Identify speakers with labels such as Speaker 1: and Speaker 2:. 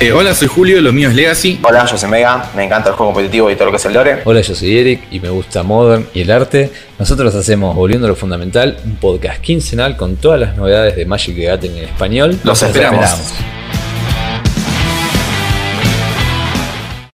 Speaker 1: Eh, hola, soy Julio, lo mío es Legacy.
Speaker 2: Hola, yo soy Mega, me encanta el juego competitivo y todo lo que es el lore.
Speaker 3: Hola, yo soy Eric y me gusta Modern y el arte. Nosotros hacemos, volviendo a lo fundamental, un podcast quincenal con todas las novedades de Magic the Gathering en español.
Speaker 2: Los esperamos.